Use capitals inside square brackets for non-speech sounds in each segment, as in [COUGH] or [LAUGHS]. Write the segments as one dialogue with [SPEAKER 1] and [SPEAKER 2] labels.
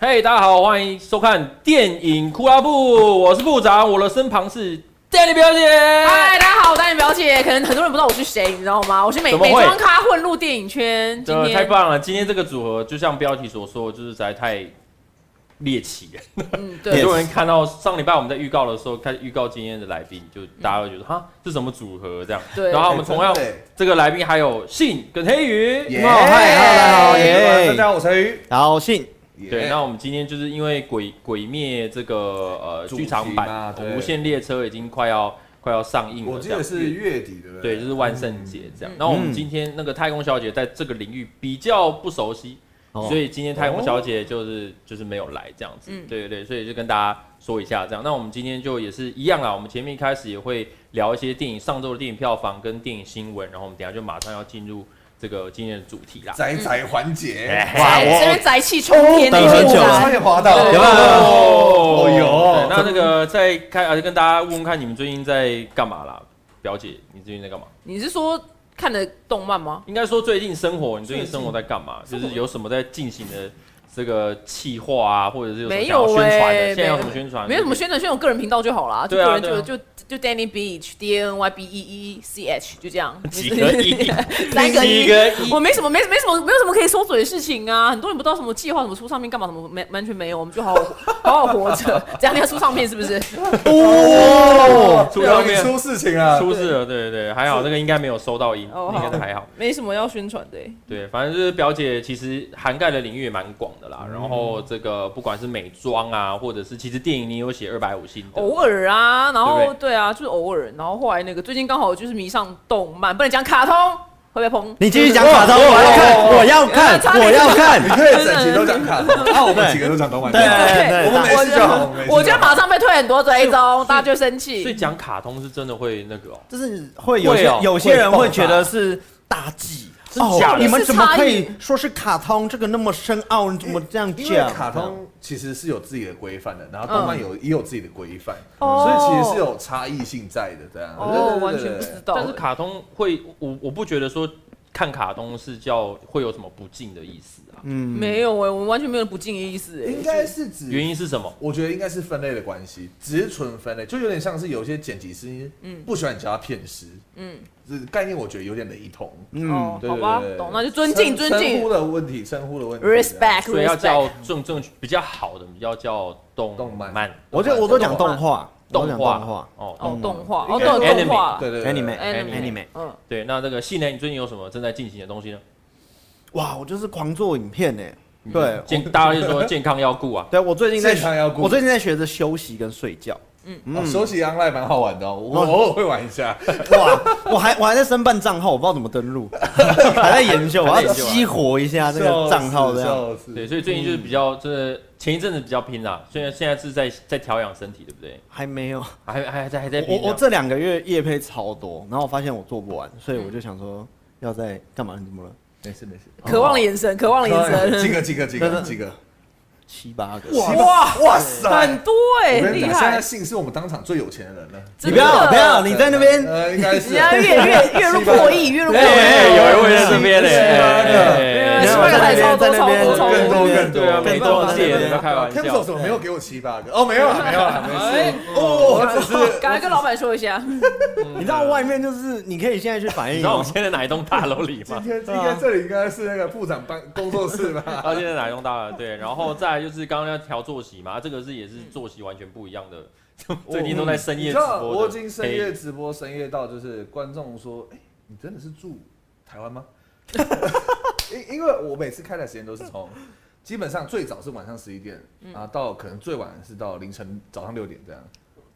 [SPEAKER 1] 嘿、大家好，欢迎收看电影库拉部，我是部长，我的身旁是 Danny 表
[SPEAKER 2] 嗨，
[SPEAKER 1] 姐。
[SPEAKER 2] 大家好，我丹妮表姐。可能很多人不知道我是谁，你知道吗？我是美
[SPEAKER 1] 怎么
[SPEAKER 2] 美
[SPEAKER 1] 会
[SPEAKER 2] 妆咖混入电影圈。今
[SPEAKER 1] 真的太
[SPEAKER 2] 天，
[SPEAKER 1] 棒了！今天这个组合就像标题所说，就是实在太猎奇了。
[SPEAKER 2] 嗯，
[SPEAKER 1] 很
[SPEAKER 2] 对
[SPEAKER 3] Yes
[SPEAKER 1] 多人看到上礼拜我们在预告的时候，开始预告今天的来宾，就大家会觉得哈，这什么组合这样。
[SPEAKER 2] 嗯对
[SPEAKER 1] 然后我们哎同样
[SPEAKER 3] 哎真的耶
[SPEAKER 1] 这个来宾还有信跟黑鱼。
[SPEAKER 3] 耶哎
[SPEAKER 4] 哦嗨哈喽大家好耶
[SPEAKER 3] 大家好，我是黑鱼。
[SPEAKER 4] 然后信
[SPEAKER 1] 对，
[SPEAKER 3] 耶
[SPEAKER 1] 那我们今天就是因为《鬼鬼灭》这个呃
[SPEAKER 3] 主题
[SPEAKER 1] 剧场
[SPEAKER 3] 嘛
[SPEAKER 1] 版
[SPEAKER 3] 对
[SPEAKER 1] 《无限列车》已经快要快要上映了，
[SPEAKER 3] 我记
[SPEAKER 1] 这样
[SPEAKER 3] 得是月底，对不对？
[SPEAKER 1] 对，就是万圣节这样。那
[SPEAKER 4] 嗯
[SPEAKER 1] 我们今天那个太空小姐在这个领域比较不熟悉，
[SPEAKER 4] 哦
[SPEAKER 1] 所以今天太空小姐就是就是没有来这样子。
[SPEAKER 2] 嗯
[SPEAKER 1] 对对对，所以就跟大家说一下这样。那我们今天就也是一样啦，我们前面一开始也会聊一些电影上周的电影票房跟电影新闻，然后我们等一下就马上要进入这个今天的主题啦。
[SPEAKER 3] 宅宅环节，
[SPEAKER 1] 哎
[SPEAKER 4] 哇
[SPEAKER 2] 宅
[SPEAKER 4] 我
[SPEAKER 2] 这边宅气冲天的
[SPEAKER 4] 等很久了
[SPEAKER 1] 啊
[SPEAKER 3] 差点滑倒，
[SPEAKER 2] 对
[SPEAKER 4] 有没有
[SPEAKER 1] 哦
[SPEAKER 3] 有
[SPEAKER 1] 对那那个在开啊，跟大家问问看你们最近在干嘛啦，表姐，你最近在干嘛？
[SPEAKER 2] 你是说看的动漫吗？
[SPEAKER 1] 应该说最近生活，你最近生活在干嘛？就是有什么在进行的这个企划啊，或者是有什么
[SPEAKER 2] 没
[SPEAKER 1] 想要
[SPEAKER 2] 有
[SPEAKER 1] 宣传的？
[SPEAKER 2] 欸
[SPEAKER 1] 现在有什么宣传？
[SPEAKER 2] 没有什么宣传，宣传我个人频道就好啦。
[SPEAKER 1] 嗯
[SPEAKER 2] 就
[SPEAKER 1] 对啊
[SPEAKER 2] 个人
[SPEAKER 1] 对啊
[SPEAKER 2] 就就就 Danny Beach D N Y B E E C H 就这样。
[SPEAKER 1] 几个亿
[SPEAKER 2] 三个
[SPEAKER 1] 几
[SPEAKER 2] 一
[SPEAKER 1] 个亿
[SPEAKER 2] [LAUGHS] 我没什么，没没什么，没有什么可以收嘴的事情啊！很多人不知道什么计划、什么书上面干嘛，什么没完全没有，我们就好好好好活着。 [LAUGHS] 这样你要书上面是不是？
[SPEAKER 3] 哦，
[SPEAKER 1] 出上
[SPEAKER 3] 你
[SPEAKER 1] 面
[SPEAKER 3] 出事情了，
[SPEAKER 1] 出事了，对对对，还好那个应该没有收到音，
[SPEAKER 2] 哦
[SPEAKER 1] 应该是还好。
[SPEAKER 2] 没什么要宣传的欸、
[SPEAKER 1] 对，反正就是表姐其实涵盖的领域也蛮广的
[SPEAKER 2] 嗯
[SPEAKER 1] 啦。然后这个不管是美妆啊，或者是其实电影，你有写二百五星的，
[SPEAKER 2] 偶尔啊，然后
[SPEAKER 1] 对
[SPEAKER 2] 对
[SPEAKER 1] 不
[SPEAKER 2] 啊，就是偶尔，然后后来那个最近刚好就是迷上动漫，不能讲卡通，会不会碰？
[SPEAKER 4] 你继续讲卡通，
[SPEAKER 3] 哦
[SPEAKER 4] 我要看，
[SPEAKER 3] 哦
[SPEAKER 4] 我要
[SPEAKER 2] 哦差
[SPEAKER 4] 看，
[SPEAKER 2] 点
[SPEAKER 4] 我要
[SPEAKER 3] 你
[SPEAKER 4] 看。
[SPEAKER 3] 可以整集都讲卡通，啊，我们几个都讲动漫，
[SPEAKER 4] 对
[SPEAKER 2] 对
[SPEAKER 3] 我们没
[SPEAKER 2] 我
[SPEAKER 3] 事就好，们没
[SPEAKER 2] 觉
[SPEAKER 3] 事
[SPEAKER 2] 得
[SPEAKER 3] 就好
[SPEAKER 2] 我觉得马上被退很多追踪，大家就生
[SPEAKER 1] 所以
[SPEAKER 2] 气。
[SPEAKER 1] 讲卡通是真的会那个哦，
[SPEAKER 4] 就是会有
[SPEAKER 1] 会
[SPEAKER 4] 些
[SPEAKER 1] 哦
[SPEAKER 4] 有些人会觉得是大忌。哦
[SPEAKER 1] 假的
[SPEAKER 4] 你们怎么可
[SPEAKER 2] 是
[SPEAKER 4] 以
[SPEAKER 2] 差
[SPEAKER 4] 说是卡通？这个那么深奥，你怎么这样
[SPEAKER 3] 因为
[SPEAKER 4] 讲？
[SPEAKER 3] 卡通其实是有自己的规范的，然后动漫有也有自己的规范，
[SPEAKER 2] 嗯哦
[SPEAKER 3] 所以其实是有差异性在的，这样。对
[SPEAKER 2] 哦，
[SPEAKER 3] 对对
[SPEAKER 2] 完
[SPEAKER 3] 对
[SPEAKER 2] 全不
[SPEAKER 3] 对
[SPEAKER 2] 知道欸。
[SPEAKER 1] 但是卡通会，我我不觉得说看卡通是叫会有什么不敬的意思啊。
[SPEAKER 4] 嗯，
[SPEAKER 2] 没有
[SPEAKER 3] 欸
[SPEAKER 2] 哎、我们完全没有不敬的意思哎、
[SPEAKER 3] 应该欸是指
[SPEAKER 1] 原因是什么？
[SPEAKER 3] 我觉得应该是分类的关系，只是纯分类，就有点像是有些剪辑师，嗯，不喜欢你叫他片师，
[SPEAKER 2] 嗯
[SPEAKER 3] 嗯，这概念我觉得有点雷同。
[SPEAKER 2] 哦
[SPEAKER 4] 嗯，，
[SPEAKER 3] 对
[SPEAKER 2] 好
[SPEAKER 3] 对
[SPEAKER 2] 吧
[SPEAKER 3] 对，对
[SPEAKER 2] 懂，那就尊敬
[SPEAKER 3] 称
[SPEAKER 2] 尊
[SPEAKER 3] 称呼
[SPEAKER 2] 敬
[SPEAKER 3] 的问题，称呼的问题。啊
[SPEAKER 2] ，respect
[SPEAKER 1] 所以要叫
[SPEAKER 2] respect。
[SPEAKER 1] 正正比较好的，比较叫动
[SPEAKER 3] 动漫
[SPEAKER 4] 我就我都讲动画，我都
[SPEAKER 1] 动
[SPEAKER 4] 讲
[SPEAKER 1] 画
[SPEAKER 4] 动画
[SPEAKER 1] 哦。
[SPEAKER 2] 哦，动画，哦，
[SPEAKER 3] 应该
[SPEAKER 2] 对，动
[SPEAKER 1] anime
[SPEAKER 2] 画啦
[SPEAKER 3] 对对对哦对
[SPEAKER 4] ，anime
[SPEAKER 3] 对
[SPEAKER 2] anime
[SPEAKER 4] anime。
[SPEAKER 2] 嗯，
[SPEAKER 1] 对，那这个信呢？你最近有什么正在进行的东西呢？
[SPEAKER 4] 哇，我就是狂做影片呢。
[SPEAKER 1] 嗯
[SPEAKER 4] 对，，
[SPEAKER 1] 健大家就说健康要顾啊
[SPEAKER 4] 对我最近
[SPEAKER 3] 健康要
[SPEAKER 4] 在，
[SPEAKER 3] 顾
[SPEAKER 4] 我最近在学着休息跟睡觉。嗯
[SPEAKER 3] 哦，手起 online 蛮好玩的哦，我偶尔会玩一下。
[SPEAKER 4] 哇，我还我还在申办账号，我不知道怎么登录，还在研究，我
[SPEAKER 1] 还在
[SPEAKER 4] 要
[SPEAKER 1] 研究啊
[SPEAKER 4] 激活一下这个账号这样。
[SPEAKER 3] 笑死，
[SPEAKER 1] 对，
[SPEAKER 3] 笑死
[SPEAKER 1] 所以最近就是比较，就是前一阵子比较拼啦，虽然现在是在在调养身体，对不对？
[SPEAKER 4] 还没有，
[SPEAKER 1] 还还在还在
[SPEAKER 4] 我
[SPEAKER 1] 拼啊。
[SPEAKER 4] 我这两个月业配超多，然后我发现我做不完，所以我就想说要在干嘛？你怎么了？
[SPEAKER 3] 没事没事。
[SPEAKER 2] 渴望的眼神，渴望的眼
[SPEAKER 3] 几
[SPEAKER 2] 神，
[SPEAKER 3] 个几个几个几个，
[SPEAKER 4] 七八个？
[SPEAKER 3] 七个
[SPEAKER 2] 哇
[SPEAKER 3] 哇塞，
[SPEAKER 2] 很多哎、
[SPEAKER 3] 欸我跟你
[SPEAKER 2] 厉
[SPEAKER 3] 讲，现
[SPEAKER 2] 害
[SPEAKER 3] 在。信是我们当场最有钱的人了。
[SPEAKER 4] 你不要不要，你在那边
[SPEAKER 3] 呃，应该是
[SPEAKER 2] 人家越越越入破
[SPEAKER 3] 欸
[SPEAKER 2] 亿，越入破
[SPEAKER 1] 哎哎，
[SPEAKER 2] 亿。
[SPEAKER 1] 有人会在这边嘞，
[SPEAKER 3] 是是
[SPEAKER 1] 哎哎哎
[SPEAKER 2] 没有
[SPEAKER 4] 在那边
[SPEAKER 2] 超
[SPEAKER 4] 在
[SPEAKER 2] 多
[SPEAKER 4] 那边
[SPEAKER 2] 超多超多
[SPEAKER 3] 更多更多，
[SPEAKER 1] 对啊，没多少
[SPEAKER 4] 谢谢
[SPEAKER 1] 不要开玩
[SPEAKER 3] t e m
[SPEAKER 1] 笑。
[SPEAKER 3] 怎么没有给我七八个？哦，没有了，没有
[SPEAKER 1] 啊
[SPEAKER 3] 了，没事。
[SPEAKER 4] 哦，
[SPEAKER 2] [LAUGHS] 赶快跟老板说一下， [LAUGHS]
[SPEAKER 4] 你知道外面就是你可以现在去反
[SPEAKER 1] 你
[SPEAKER 4] 映
[SPEAKER 1] 知道我
[SPEAKER 4] 哦
[SPEAKER 1] 们，现在哪一栋大楼里
[SPEAKER 3] 今
[SPEAKER 1] 吗？
[SPEAKER 3] 天今天这里应该是那个部长办工作室吧？
[SPEAKER 1] 啊，现在哪一栋大楼？对，然后再来就是刚刚要调作息嘛，这个是也
[SPEAKER 2] 嗯
[SPEAKER 1] 是作息完全不一样的， [LAUGHS] 最近都在深
[SPEAKER 3] 哦你
[SPEAKER 1] 夜
[SPEAKER 3] 知
[SPEAKER 1] 直
[SPEAKER 3] 道
[SPEAKER 1] 播。哎
[SPEAKER 3] 我已经深夜直播，深夜到就是观众说：“哎，你真的是住台湾 [LAUGHS] 吗？”因因为我每次开的时间都是从。基本上最早是晚上十一点，
[SPEAKER 1] 嗯
[SPEAKER 3] 然后到可能最晚是到凌晨早上六点这样。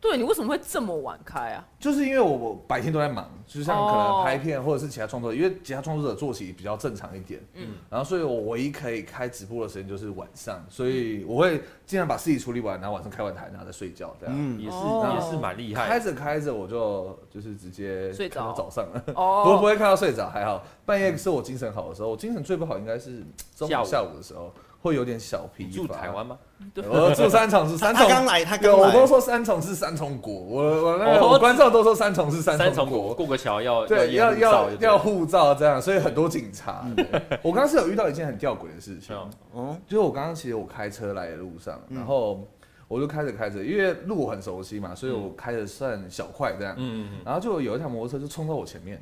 [SPEAKER 2] 对你为什么会这么晚开啊？
[SPEAKER 3] 就是因为我我白天都在忙，就像可
[SPEAKER 2] 哦
[SPEAKER 3] 能拍片或者是其他创作者，因为其他创作者作息比较正常一点，嗯，然后所以我唯一可以开直播的时间就是晚上，所以我会尽量把事情处理完，然后晚上开完台，然后再睡觉这样。
[SPEAKER 4] 嗯，
[SPEAKER 1] 也是
[SPEAKER 2] 哦
[SPEAKER 1] 也是蛮厉害
[SPEAKER 3] 开
[SPEAKER 1] 的，
[SPEAKER 3] 着开着我就就是直接
[SPEAKER 2] 睡着
[SPEAKER 3] 看到 [LAUGHS] 早上了，
[SPEAKER 2] 哦
[SPEAKER 3] 不不会看到睡着还好。半夜是我精神好的时候，我精神最不好应该是
[SPEAKER 1] 嗯
[SPEAKER 3] 中午
[SPEAKER 1] 下午
[SPEAKER 3] 下午的时候，会有点小疲
[SPEAKER 1] 你
[SPEAKER 3] 乏。
[SPEAKER 1] 住台湾吗？
[SPEAKER 2] 对
[SPEAKER 3] 我住三重是三重
[SPEAKER 4] 他，刚来，他
[SPEAKER 3] 有
[SPEAKER 4] 刚
[SPEAKER 3] 我都
[SPEAKER 4] 来，
[SPEAKER 3] 说三重是三重国，我我那个
[SPEAKER 1] 哦
[SPEAKER 3] 我观众都说三重是
[SPEAKER 1] 三
[SPEAKER 3] 重
[SPEAKER 1] 重国过个桥要
[SPEAKER 3] 对，
[SPEAKER 1] 验
[SPEAKER 3] 要
[SPEAKER 1] 护照
[SPEAKER 3] 要
[SPEAKER 1] 就对
[SPEAKER 3] 要
[SPEAKER 1] 了
[SPEAKER 3] 护照这样，所以很多警察。对我刚刚是有遇到一件很吊诡的事情，
[SPEAKER 1] 嗯
[SPEAKER 4] 嗯，
[SPEAKER 3] 就是我刚刚其实我开车来的路上，然后我就开着开着，因为路我很熟悉嘛，所以我开的算小快这样，
[SPEAKER 1] 嗯嗯
[SPEAKER 3] 然后就有一台摩托车就冲到我前面，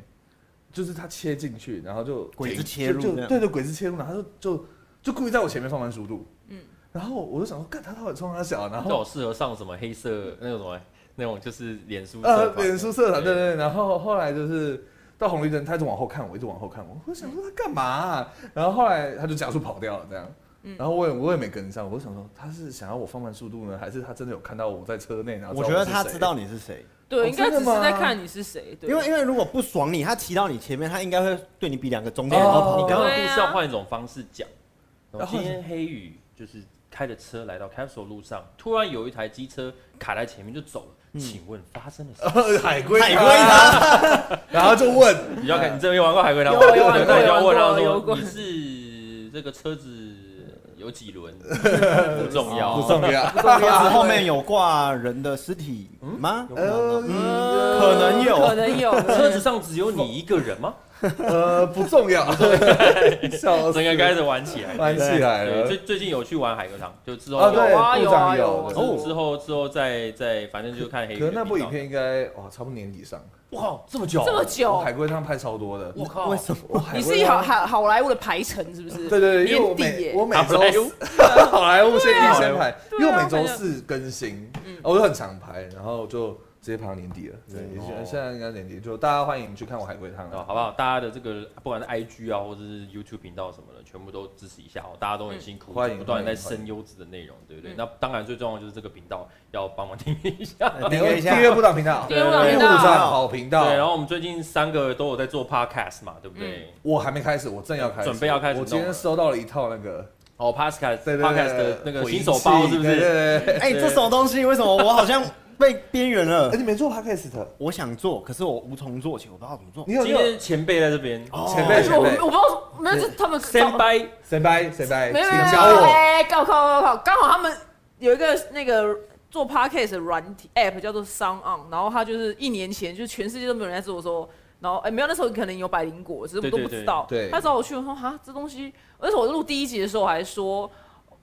[SPEAKER 3] 就是他切进去，然后就
[SPEAKER 4] 鬼子
[SPEAKER 3] 停
[SPEAKER 4] 切入
[SPEAKER 3] 就
[SPEAKER 4] 这
[SPEAKER 3] 就
[SPEAKER 4] 样
[SPEAKER 3] 对对，鬼子切入，然后就就就故意在我前面放慢速度，嗯，然后我就想说，干他到底冲他小，啊然
[SPEAKER 1] 嗯，这
[SPEAKER 3] 后
[SPEAKER 4] [LAUGHS]
[SPEAKER 1] 种适合上什么黑色那种什么那种就是脸书
[SPEAKER 3] 呃
[SPEAKER 1] 社，团哎
[SPEAKER 3] 脸书社团对对，对，然后后来就是。到红绿灯，他一直往后看我，一直往后看我。我想说他干嘛啊、然后后来他就加速跑掉了，这样。然后我也我也没跟上，我想说他是想要我放慢速度呢，还是他真的有看到我在车内？然后
[SPEAKER 4] 我觉得
[SPEAKER 3] 是
[SPEAKER 4] 他
[SPEAKER 3] 谁
[SPEAKER 4] 知道你是谁，
[SPEAKER 2] 对，
[SPEAKER 3] 哦
[SPEAKER 2] 应该
[SPEAKER 3] 真
[SPEAKER 2] 只
[SPEAKER 3] 的
[SPEAKER 2] 是
[SPEAKER 3] 吗
[SPEAKER 2] 在看你是谁，对，
[SPEAKER 4] 因为因为如果不爽你，他骑到你前面，他应该会对你比两个中
[SPEAKER 1] 对
[SPEAKER 4] 指，
[SPEAKER 1] 对
[SPEAKER 4] 然后
[SPEAKER 1] 哦
[SPEAKER 4] 跑
[SPEAKER 1] 你刚
[SPEAKER 4] 掉
[SPEAKER 1] 刚。故
[SPEAKER 2] 对啊
[SPEAKER 1] 事要换一种方式讲。
[SPEAKER 3] 然后
[SPEAKER 1] 今天黑雨就是开着车来到 Capsule 路上，突然有一台机车卡在前面就走
[SPEAKER 3] 嗯
[SPEAKER 1] 了，请问发生了什么？
[SPEAKER 3] [LAUGHS] 海龟啊
[SPEAKER 4] 海龟汤，
[SPEAKER 3] 然后就问，
[SPEAKER 1] 你要看你这边玩过海龟汤吗？
[SPEAKER 2] 有有玩过
[SPEAKER 1] 那你就要问他
[SPEAKER 2] 有玩
[SPEAKER 1] 说
[SPEAKER 2] 过有
[SPEAKER 1] 你是这个车子有几轮？不重要，
[SPEAKER 4] [LAUGHS] 不
[SPEAKER 3] [LAUGHS] 不重要，
[SPEAKER 4] 车子后面有挂人的尸体吗？
[SPEAKER 3] 呃，
[SPEAKER 2] 嗯
[SPEAKER 4] 可能有
[SPEAKER 2] 可能有，
[SPEAKER 1] 车子上只有你一个人吗？
[SPEAKER 3] 呃，不
[SPEAKER 1] [LAUGHS]
[SPEAKER 3] 重要， [LAUGHS] 笑死
[SPEAKER 1] 整个开始玩起来。
[SPEAKER 3] 玩起来
[SPEAKER 1] 对，
[SPEAKER 3] 了
[SPEAKER 1] 最。最近有去玩海龟汤，就之后
[SPEAKER 3] 啊，
[SPEAKER 1] 有
[SPEAKER 3] 对，
[SPEAKER 2] 有啊
[SPEAKER 3] 部长
[SPEAKER 2] 有啊
[SPEAKER 3] 有
[SPEAKER 2] 有啊
[SPEAKER 3] 的。
[SPEAKER 1] 之之后之后再再反正就看黑
[SPEAKER 3] 可
[SPEAKER 1] 鱼。
[SPEAKER 3] 是那部影，片应该哇，差不多年底上。
[SPEAKER 1] 哇，这么久，
[SPEAKER 2] 这么
[SPEAKER 3] 我
[SPEAKER 2] 久
[SPEAKER 3] 海，龟汤拍超多的。
[SPEAKER 1] 我靠，
[SPEAKER 4] 为什么？
[SPEAKER 3] 我海
[SPEAKER 2] 你
[SPEAKER 3] 龟
[SPEAKER 2] 是好
[SPEAKER 3] 汤
[SPEAKER 2] 好好莱坞的排程是不是？
[SPEAKER 3] 对对对，因为我
[SPEAKER 2] 年底
[SPEAKER 3] 每
[SPEAKER 2] 耶，
[SPEAKER 3] 我每
[SPEAKER 1] 好莱
[SPEAKER 3] 周
[SPEAKER 1] 坞
[SPEAKER 3] 四 [LAUGHS] 好莱坞先一先排，因
[SPEAKER 2] 对啊嗯
[SPEAKER 3] 为我每周四更新，哦我就很常排，然后就直接排到年底了。对，
[SPEAKER 4] 嗯
[SPEAKER 3] 也是现在应该年底，就大家欢迎去看我海龟汤
[SPEAKER 1] 哦，
[SPEAKER 3] 啊。
[SPEAKER 1] 好不好？大家的这个不管是 IG 啊，或者是 YouTube 频道什么的，全部都支持一下哦。大家都很辛苦，
[SPEAKER 3] 嗯欢迎
[SPEAKER 1] 不断地在
[SPEAKER 3] 欢迎
[SPEAKER 1] 生优质的内容，对不对？
[SPEAKER 2] 嗯
[SPEAKER 1] 那当然最重要就是这个频道要帮忙订阅一下。
[SPEAKER 4] 订哎阅一下
[SPEAKER 3] 订阅部长频道，
[SPEAKER 2] 订阅部
[SPEAKER 1] 长频道
[SPEAKER 3] 订阅部长好频道。
[SPEAKER 1] 对，然后我们最近三个都有在做 Podcast 嘛，对不对？
[SPEAKER 2] 嗯
[SPEAKER 3] 我还没开始，我正要开始，
[SPEAKER 1] 准备要开始弄
[SPEAKER 3] 我
[SPEAKER 1] 了
[SPEAKER 3] 今天收到了一套那个，
[SPEAKER 1] 哦，Podcast
[SPEAKER 3] 对对
[SPEAKER 1] Podcast
[SPEAKER 3] 对
[SPEAKER 1] 的，那个
[SPEAKER 3] 回
[SPEAKER 1] 新手包
[SPEAKER 3] 忆
[SPEAKER 1] 是不
[SPEAKER 3] 对
[SPEAKER 1] 是？
[SPEAKER 3] 对对对。
[SPEAKER 4] [LAUGHS] 哎，这什么东西？为什么我好像被边缘了
[SPEAKER 3] [LAUGHS] 哎，？你没做 podcast，
[SPEAKER 4] 我想做，可是我无从做起，我不知道怎么做
[SPEAKER 3] 你。有哦
[SPEAKER 1] 今
[SPEAKER 3] 你有
[SPEAKER 1] 天前辈在这边，
[SPEAKER 3] 前
[SPEAKER 2] 但
[SPEAKER 3] 辈
[SPEAKER 2] 是
[SPEAKER 3] 前
[SPEAKER 2] 我
[SPEAKER 3] 辈
[SPEAKER 2] 我，不知道，没有，是他们
[SPEAKER 1] 先拜
[SPEAKER 2] 哎
[SPEAKER 3] 谁掰谁掰，
[SPEAKER 2] 没
[SPEAKER 3] 请
[SPEAKER 2] 有没有没
[SPEAKER 3] 教
[SPEAKER 2] 有，
[SPEAKER 3] 我。
[SPEAKER 2] 哎，靠靠靠靠，刚好他们有一个那个做 podcast 的软体 app 叫做 Sound On，然后他就是一年前就全世界都没有人在做的时候。然后哎，没有，那时候可能有百灵果，只是我们都
[SPEAKER 1] 对对
[SPEAKER 2] 不知道。
[SPEAKER 3] 对对
[SPEAKER 2] 他找我去，我说哈，这东西，而且我录第一集的时候我还说，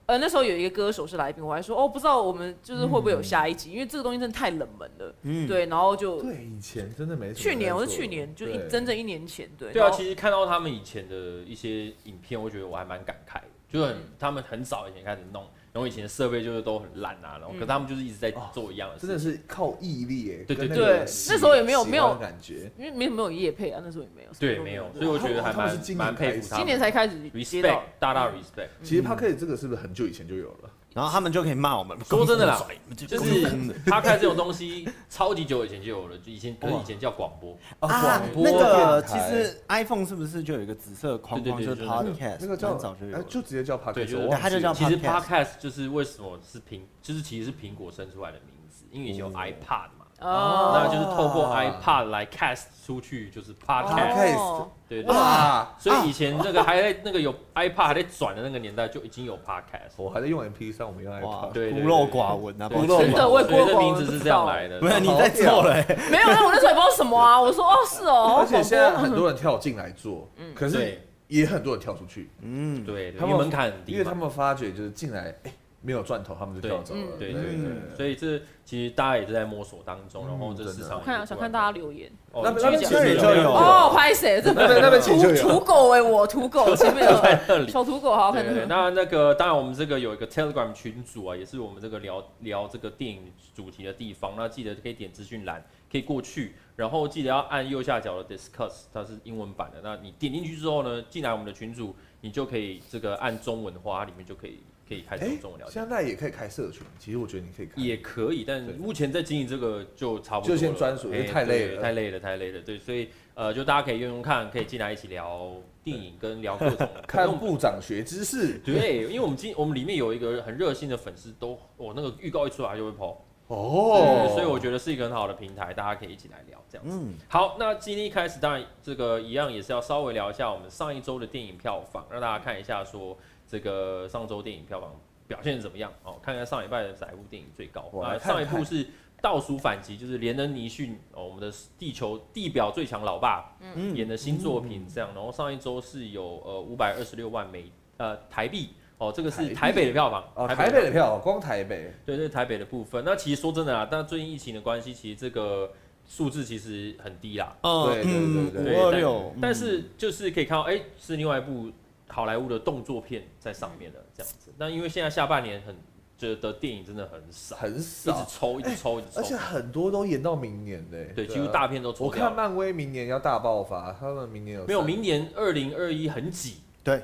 [SPEAKER 2] 呃，那时候有一个歌手是来宾，我还说哦，不知道我们就是会不会有下一集，因为这个东西真的太冷门了。
[SPEAKER 4] 嗯，
[SPEAKER 2] 对，然后就
[SPEAKER 3] 对，以前真的没什么在做。
[SPEAKER 2] 去年，我是去年，就一
[SPEAKER 3] 对
[SPEAKER 2] 整整一年前，对。
[SPEAKER 1] 对啊，
[SPEAKER 2] 然后嗯
[SPEAKER 1] 其实看到他们以前的一些影片，我觉得我还蛮感慨的，就是很他们很早以前开始弄，然后以前的设备就是都很烂啊，然
[SPEAKER 2] 嗯
[SPEAKER 1] 后可是他们就是一直在
[SPEAKER 3] 哦
[SPEAKER 1] 做一样的事
[SPEAKER 3] 真的
[SPEAKER 1] 情。
[SPEAKER 3] 是靠毅力耶。
[SPEAKER 1] 对对
[SPEAKER 3] 跟
[SPEAKER 1] 对
[SPEAKER 3] 个
[SPEAKER 2] 对
[SPEAKER 3] 喜
[SPEAKER 2] 那时候也没有
[SPEAKER 3] 喜欢
[SPEAKER 2] 没有
[SPEAKER 3] 感觉。
[SPEAKER 2] 因为没有没有业配啊，那时候也没有，什么
[SPEAKER 1] 对，
[SPEAKER 2] 都
[SPEAKER 1] 没有，所以
[SPEAKER 2] 对
[SPEAKER 1] 我觉得还
[SPEAKER 3] 他们是
[SPEAKER 1] 蛮
[SPEAKER 3] 今年
[SPEAKER 1] 蛮佩服他
[SPEAKER 3] 开
[SPEAKER 1] 们。
[SPEAKER 2] 今年才开始接到嗯
[SPEAKER 1] respect，大大 respect。
[SPEAKER 3] 嗯其实 podcast 这个是不是很久以前就有了？
[SPEAKER 4] 然后他们就可以骂我们。
[SPEAKER 1] 说真的啦，就
[SPEAKER 4] 就是是
[SPEAKER 1] 他开这种东西，超级久以前就有了，就以前可能
[SPEAKER 3] 哇
[SPEAKER 1] 以前叫广播，
[SPEAKER 4] 啊
[SPEAKER 3] 广，播
[SPEAKER 4] 那个
[SPEAKER 3] 电
[SPEAKER 4] 其
[SPEAKER 3] 台
[SPEAKER 4] 实 iPhone 是不是就有一个紫色框框，
[SPEAKER 1] 对对
[SPEAKER 4] 就
[SPEAKER 1] 对就
[SPEAKER 4] 是
[SPEAKER 1] 是那个
[SPEAKER 4] Podcast，
[SPEAKER 3] 那个叫
[SPEAKER 4] 很早就有
[SPEAKER 3] 哎
[SPEAKER 4] 了。
[SPEAKER 3] 就直接叫 podcast，
[SPEAKER 1] 对就是
[SPEAKER 3] 我忘记
[SPEAKER 4] 它就叫
[SPEAKER 3] 了
[SPEAKER 1] 其实
[SPEAKER 4] Podcast
[SPEAKER 1] podcast 就是为什么是苹，就是其实是苹果生出来的名字，因为以前有 iPad 嘛，那
[SPEAKER 2] 哦，
[SPEAKER 1] 就是透过
[SPEAKER 3] 哦
[SPEAKER 1] iPad 来 cast 出去，就是 podcast，
[SPEAKER 3] podcast
[SPEAKER 2] 哦
[SPEAKER 1] 对对。
[SPEAKER 3] 啊哇，啊
[SPEAKER 1] 所以以前那个还在那个有 iPad 还在转的那个年代，就已经有 podcast。
[SPEAKER 3] 我还在用 MP 三，我没用 iPad。
[SPEAKER 1] 对对
[SPEAKER 4] 孤陋寡闻啊，
[SPEAKER 1] 对
[SPEAKER 4] 不
[SPEAKER 3] 漏
[SPEAKER 1] 真
[SPEAKER 3] 网
[SPEAKER 1] 的，
[SPEAKER 2] 我也
[SPEAKER 1] 所以
[SPEAKER 2] 孤陋
[SPEAKER 1] 这
[SPEAKER 2] 寡
[SPEAKER 1] 名
[SPEAKER 2] 闻
[SPEAKER 1] 字
[SPEAKER 2] 不
[SPEAKER 1] 是
[SPEAKER 2] 知
[SPEAKER 1] 这样
[SPEAKER 2] 道
[SPEAKER 1] 来的。
[SPEAKER 4] 不是你在错了欸，
[SPEAKER 2] 没有，那我那时候也不知道什么啊，我说哦是哦，
[SPEAKER 3] 而且现在很
[SPEAKER 2] 广播
[SPEAKER 3] 多人跳进来做，可是
[SPEAKER 1] 对
[SPEAKER 3] 也很多人跳出去，
[SPEAKER 4] 嗯，
[SPEAKER 1] 对，对
[SPEAKER 3] 他
[SPEAKER 1] 因
[SPEAKER 3] 们
[SPEAKER 1] 为门槛很低嘛，
[SPEAKER 3] 因为他们发觉就是进来哎没有赚头，他们就跳走了。
[SPEAKER 1] 对对
[SPEAKER 3] 对
[SPEAKER 1] 对，所以这其实大家也是在摸索当中，然后这市场
[SPEAKER 2] 我看啊想看大家留言
[SPEAKER 1] 哦
[SPEAKER 3] 嗯那边
[SPEAKER 1] 其实
[SPEAKER 3] 那
[SPEAKER 2] 边
[SPEAKER 1] 其实
[SPEAKER 4] 那里就
[SPEAKER 1] [LAUGHS]
[SPEAKER 4] 有
[SPEAKER 2] 哦，拍谁？这
[SPEAKER 3] 那边那边请就
[SPEAKER 2] 土土
[SPEAKER 3] 有，
[SPEAKER 2] 狗哎，我土
[SPEAKER 3] [LAUGHS]
[SPEAKER 2] 狗前面
[SPEAKER 1] 在那
[SPEAKER 2] 有
[SPEAKER 1] 里
[SPEAKER 2] 小土狗，好好
[SPEAKER 1] 对对对，
[SPEAKER 2] 看。
[SPEAKER 1] 那那个当然，我们这个有一个 Telegram 群组啊，也是我们这个聊聊这个电影主题的地方。那记得可以点资讯栏，可以过去，然后记得要按右下角的 Discuss，它是英文版的。那你点进去之后呢，进来我们的群组，你就可以这个按中文的话，它里面就可以可以开始用
[SPEAKER 3] 哎
[SPEAKER 1] 中文聊，天，
[SPEAKER 3] 现在也可以开社群，其实我觉得你可以开。
[SPEAKER 1] 也可以。但
[SPEAKER 3] 对
[SPEAKER 1] 目前在经营这个就差不多了，
[SPEAKER 3] 就先专属
[SPEAKER 1] 哎
[SPEAKER 3] 因为太累了
[SPEAKER 1] 对太累了，太累了。对，所以呃，就大家可以用用看，可以进来一起聊电影跟聊
[SPEAKER 3] [LAUGHS]
[SPEAKER 1] 各种
[SPEAKER 3] 看
[SPEAKER 1] 可能我们
[SPEAKER 3] 部长学知识
[SPEAKER 1] 对，因为我们今我们里面有一个很热心的粉丝，都我那个预告一出来就会 PO，、
[SPEAKER 3] 哦，
[SPEAKER 1] 所以我觉得是一个很好的平台，大家可以一起来聊这样子。
[SPEAKER 4] 嗯，
[SPEAKER 1] 好，那今天一开始当然这个一样也是要稍微聊一下我们上一周的电影票房，让大家看一下说这这个上周电影票房表现得怎么样哦，看看上礼拜的哪一部电影最高。
[SPEAKER 3] 我
[SPEAKER 1] 那
[SPEAKER 3] 来看
[SPEAKER 1] 上一
[SPEAKER 3] 看
[SPEAKER 1] 部是倒数反击，就是连恩尼逊哦，我们的地球地表最强老爸，
[SPEAKER 4] 嗯
[SPEAKER 1] 演的新作品这样。然后上一周是有呃五百二十六万美呃台币哦，这个
[SPEAKER 3] 台
[SPEAKER 1] 是
[SPEAKER 3] 币
[SPEAKER 1] 台北的票房
[SPEAKER 3] 哦，台
[SPEAKER 1] 的
[SPEAKER 3] 北的票，光台北，
[SPEAKER 1] 对，这是台北的部分。那其实说真的啊，但最近疫情的关系，其实这个数字其实很低啦。
[SPEAKER 3] 对对对对
[SPEAKER 1] 对
[SPEAKER 4] 哦嗯五二六，
[SPEAKER 3] 嗯
[SPEAKER 4] 嗯
[SPEAKER 1] 但是就是可以看到，哎、是另外一部好莱坞的动作片在上面的这样子。那因为现在下半年很觉得电影真的很少，
[SPEAKER 3] 很
[SPEAKER 1] 一直
[SPEAKER 3] 少，
[SPEAKER 1] 抽，一直抽，一直
[SPEAKER 3] 而且
[SPEAKER 1] 抽。
[SPEAKER 3] 很多都延到明年的、
[SPEAKER 1] 对，
[SPEAKER 3] 啊
[SPEAKER 1] 几乎大片都抽
[SPEAKER 3] 我
[SPEAKER 1] 掉
[SPEAKER 3] 看
[SPEAKER 1] 了。
[SPEAKER 3] 漫威明年要大爆发，他们明年有
[SPEAKER 1] 没有，
[SPEAKER 3] 三
[SPEAKER 1] 明年二零二一很挤，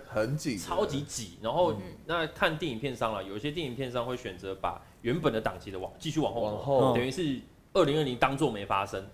[SPEAKER 3] 很紧，
[SPEAKER 1] 超级挤。然后、那看电影片商啦，有一些电影片商会选择把原本的档期的往继续往后
[SPEAKER 3] 往
[SPEAKER 1] 挪，
[SPEAKER 3] 后
[SPEAKER 4] 嗯
[SPEAKER 1] 等于是二零二零当做没发生。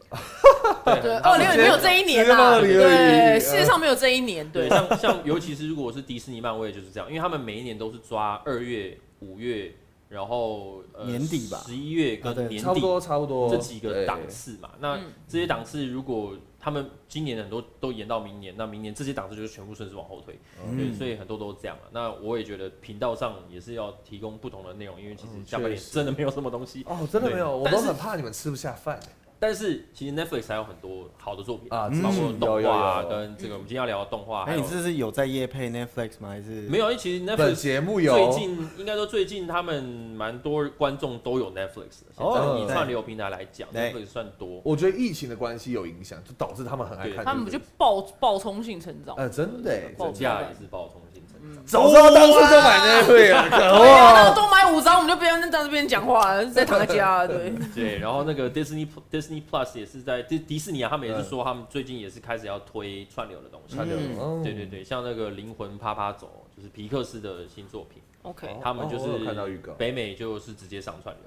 [SPEAKER 1] 对
[SPEAKER 2] 对，
[SPEAKER 1] 很
[SPEAKER 2] 啊二零二
[SPEAKER 3] 2020
[SPEAKER 2] 零没有这一年啊，
[SPEAKER 3] 直接直接到2021
[SPEAKER 2] 对，世界上没有这一年，
[SPEAKER 1] 对，
[SPEAKER 2] 对，
[SPEAKER 1] 像像尤其是如果是迪士尼、漫威就是这样，因为他们每一年都是抓二月、五月，然后、呃、
[SPEAKER 4] 年底吧
[SPEAKER 1] 十一月
[SPEAKER 4] 啊对
[SPEAKER 1] 跟年
[SPEAKER 3] 差不
[SPEAKER 1] 底
[SPEAKER 3] 多差不多
[SPEAKER 1] 这几个档
[SPEAKER 3] 对
[SPEAKER 1] 次嘛。那
[SPEAKER 2] 嗯
[SPEAKER 1] 这些档次如果他们今年很多都延到明年，那明年这些档次就是全部顺势往后推。对，
[SPEAKER 4] 嗯
[SPEAKER 1] 所以
[SPEAKER 3] 嗯
[SPEAKER 1] 很多都是这样了。啊那我也觉得频道上也是要提供不同的内容，因为其实
[SPEAKER 3] 嗯
[SPEAKER 1] 下半
[SPEAKER 3] 确
[SPEAKER 1] 年
[SPEAKER 3] 实
[SPEAKER 1] 真的没有什么东西。
[SPEAKER 3] 哦，真的没有，
[SPEAKER 1] 对
[SPEAKER 3] 我
[SPEAKER 1] 但
[SPEAKER 3] 都
[SPEAKER 1] 是
[SPEAKER 3] 很怕你们吃不下饭
[SPEAKER 1] 但是其实 Netflix 还有很多好的作品
[SPEAKER 3] 啊
[SPEAKER 1] 包括
[SPEAKER 4] 嗯
[SPEAKER 1] 动
[SPEAKER 3] 有有
[SPEAKER 1] 画啊
[SPEAKER 3] 有
[SPEAKER 1] 跟这个我们今天要聊的动画，还
[SPEAKER 4] 哎，
[SPEAKER 1] 有
[SPEAKER 4] 你这是有在夜配 Netflix 吗？还是
[SPEAKER 1] 没有？因为其实
[SPEAKER 3] 本
[SPEAKER 1] Netflix
[SPEAKER 3] 节目
[SPEAKER 1] 最
[SPEAKER 3] 有
[SPEAKER 1] 近应该说最近他们蛮多观众都有 Netflix，的现在
[SPEAKER 4] 哦
[SPEAKER 1] 以
[SPEAKER 4] 对
[SPEAKER 1] 串流平台来讲
[SPEAKER 4] 对
[SPEAKER 1] ，Netflix 算多。
[SPEAKER 3] 我觉得疫情的关系有影响，就导致他们很爱
[SPEAKER 1] 对
[SPEAKER 3] 看。
[SPEAKER 2] 他们不就爆爆冲性成长？
[SPEAKER 3] 呃，真的欸，
[SPEAKER 2] 爆
[SPEAKER 1] 股
[SPEAKER 2] 冲
[SPEAKER 1] 价也是爆冲性成长，
[SPEAKER 3] 早知道当初就买那会啊，可
[SPEAKER 2] 对啊，那
[SPEAKER 3] 恶！
[SPEAKER 2] 我多买五张，我们就不要在这边讲话
[SPEAKER 3] [LAUGHS]
[SPEAKER 2] 了，在躺在家了，对，
[SPEAKER 1] 对，然后那个 Disney Disney Plus 也是在迪迪士尼啊，他
[SPEAKER 3] 嗯
[SPEAKER 1] 们也是说他们最近也是开始要推串流的东西，
[SPEAKER 3] 串流
[SPEAKER 2] 嗯
[SPEAKER 3] 哦
[SPEAKER 1] 对对对，像那个《灵魂啪啪走》，就是皮克斯的新作品，
[SPEAKER 2] OK，
[SPEAKER 3] 哦
[SPEAKER 1] 他们就是
[SPEAKER 3] 我有看到预告
[SPEAKER 1] 北美就是直接上串流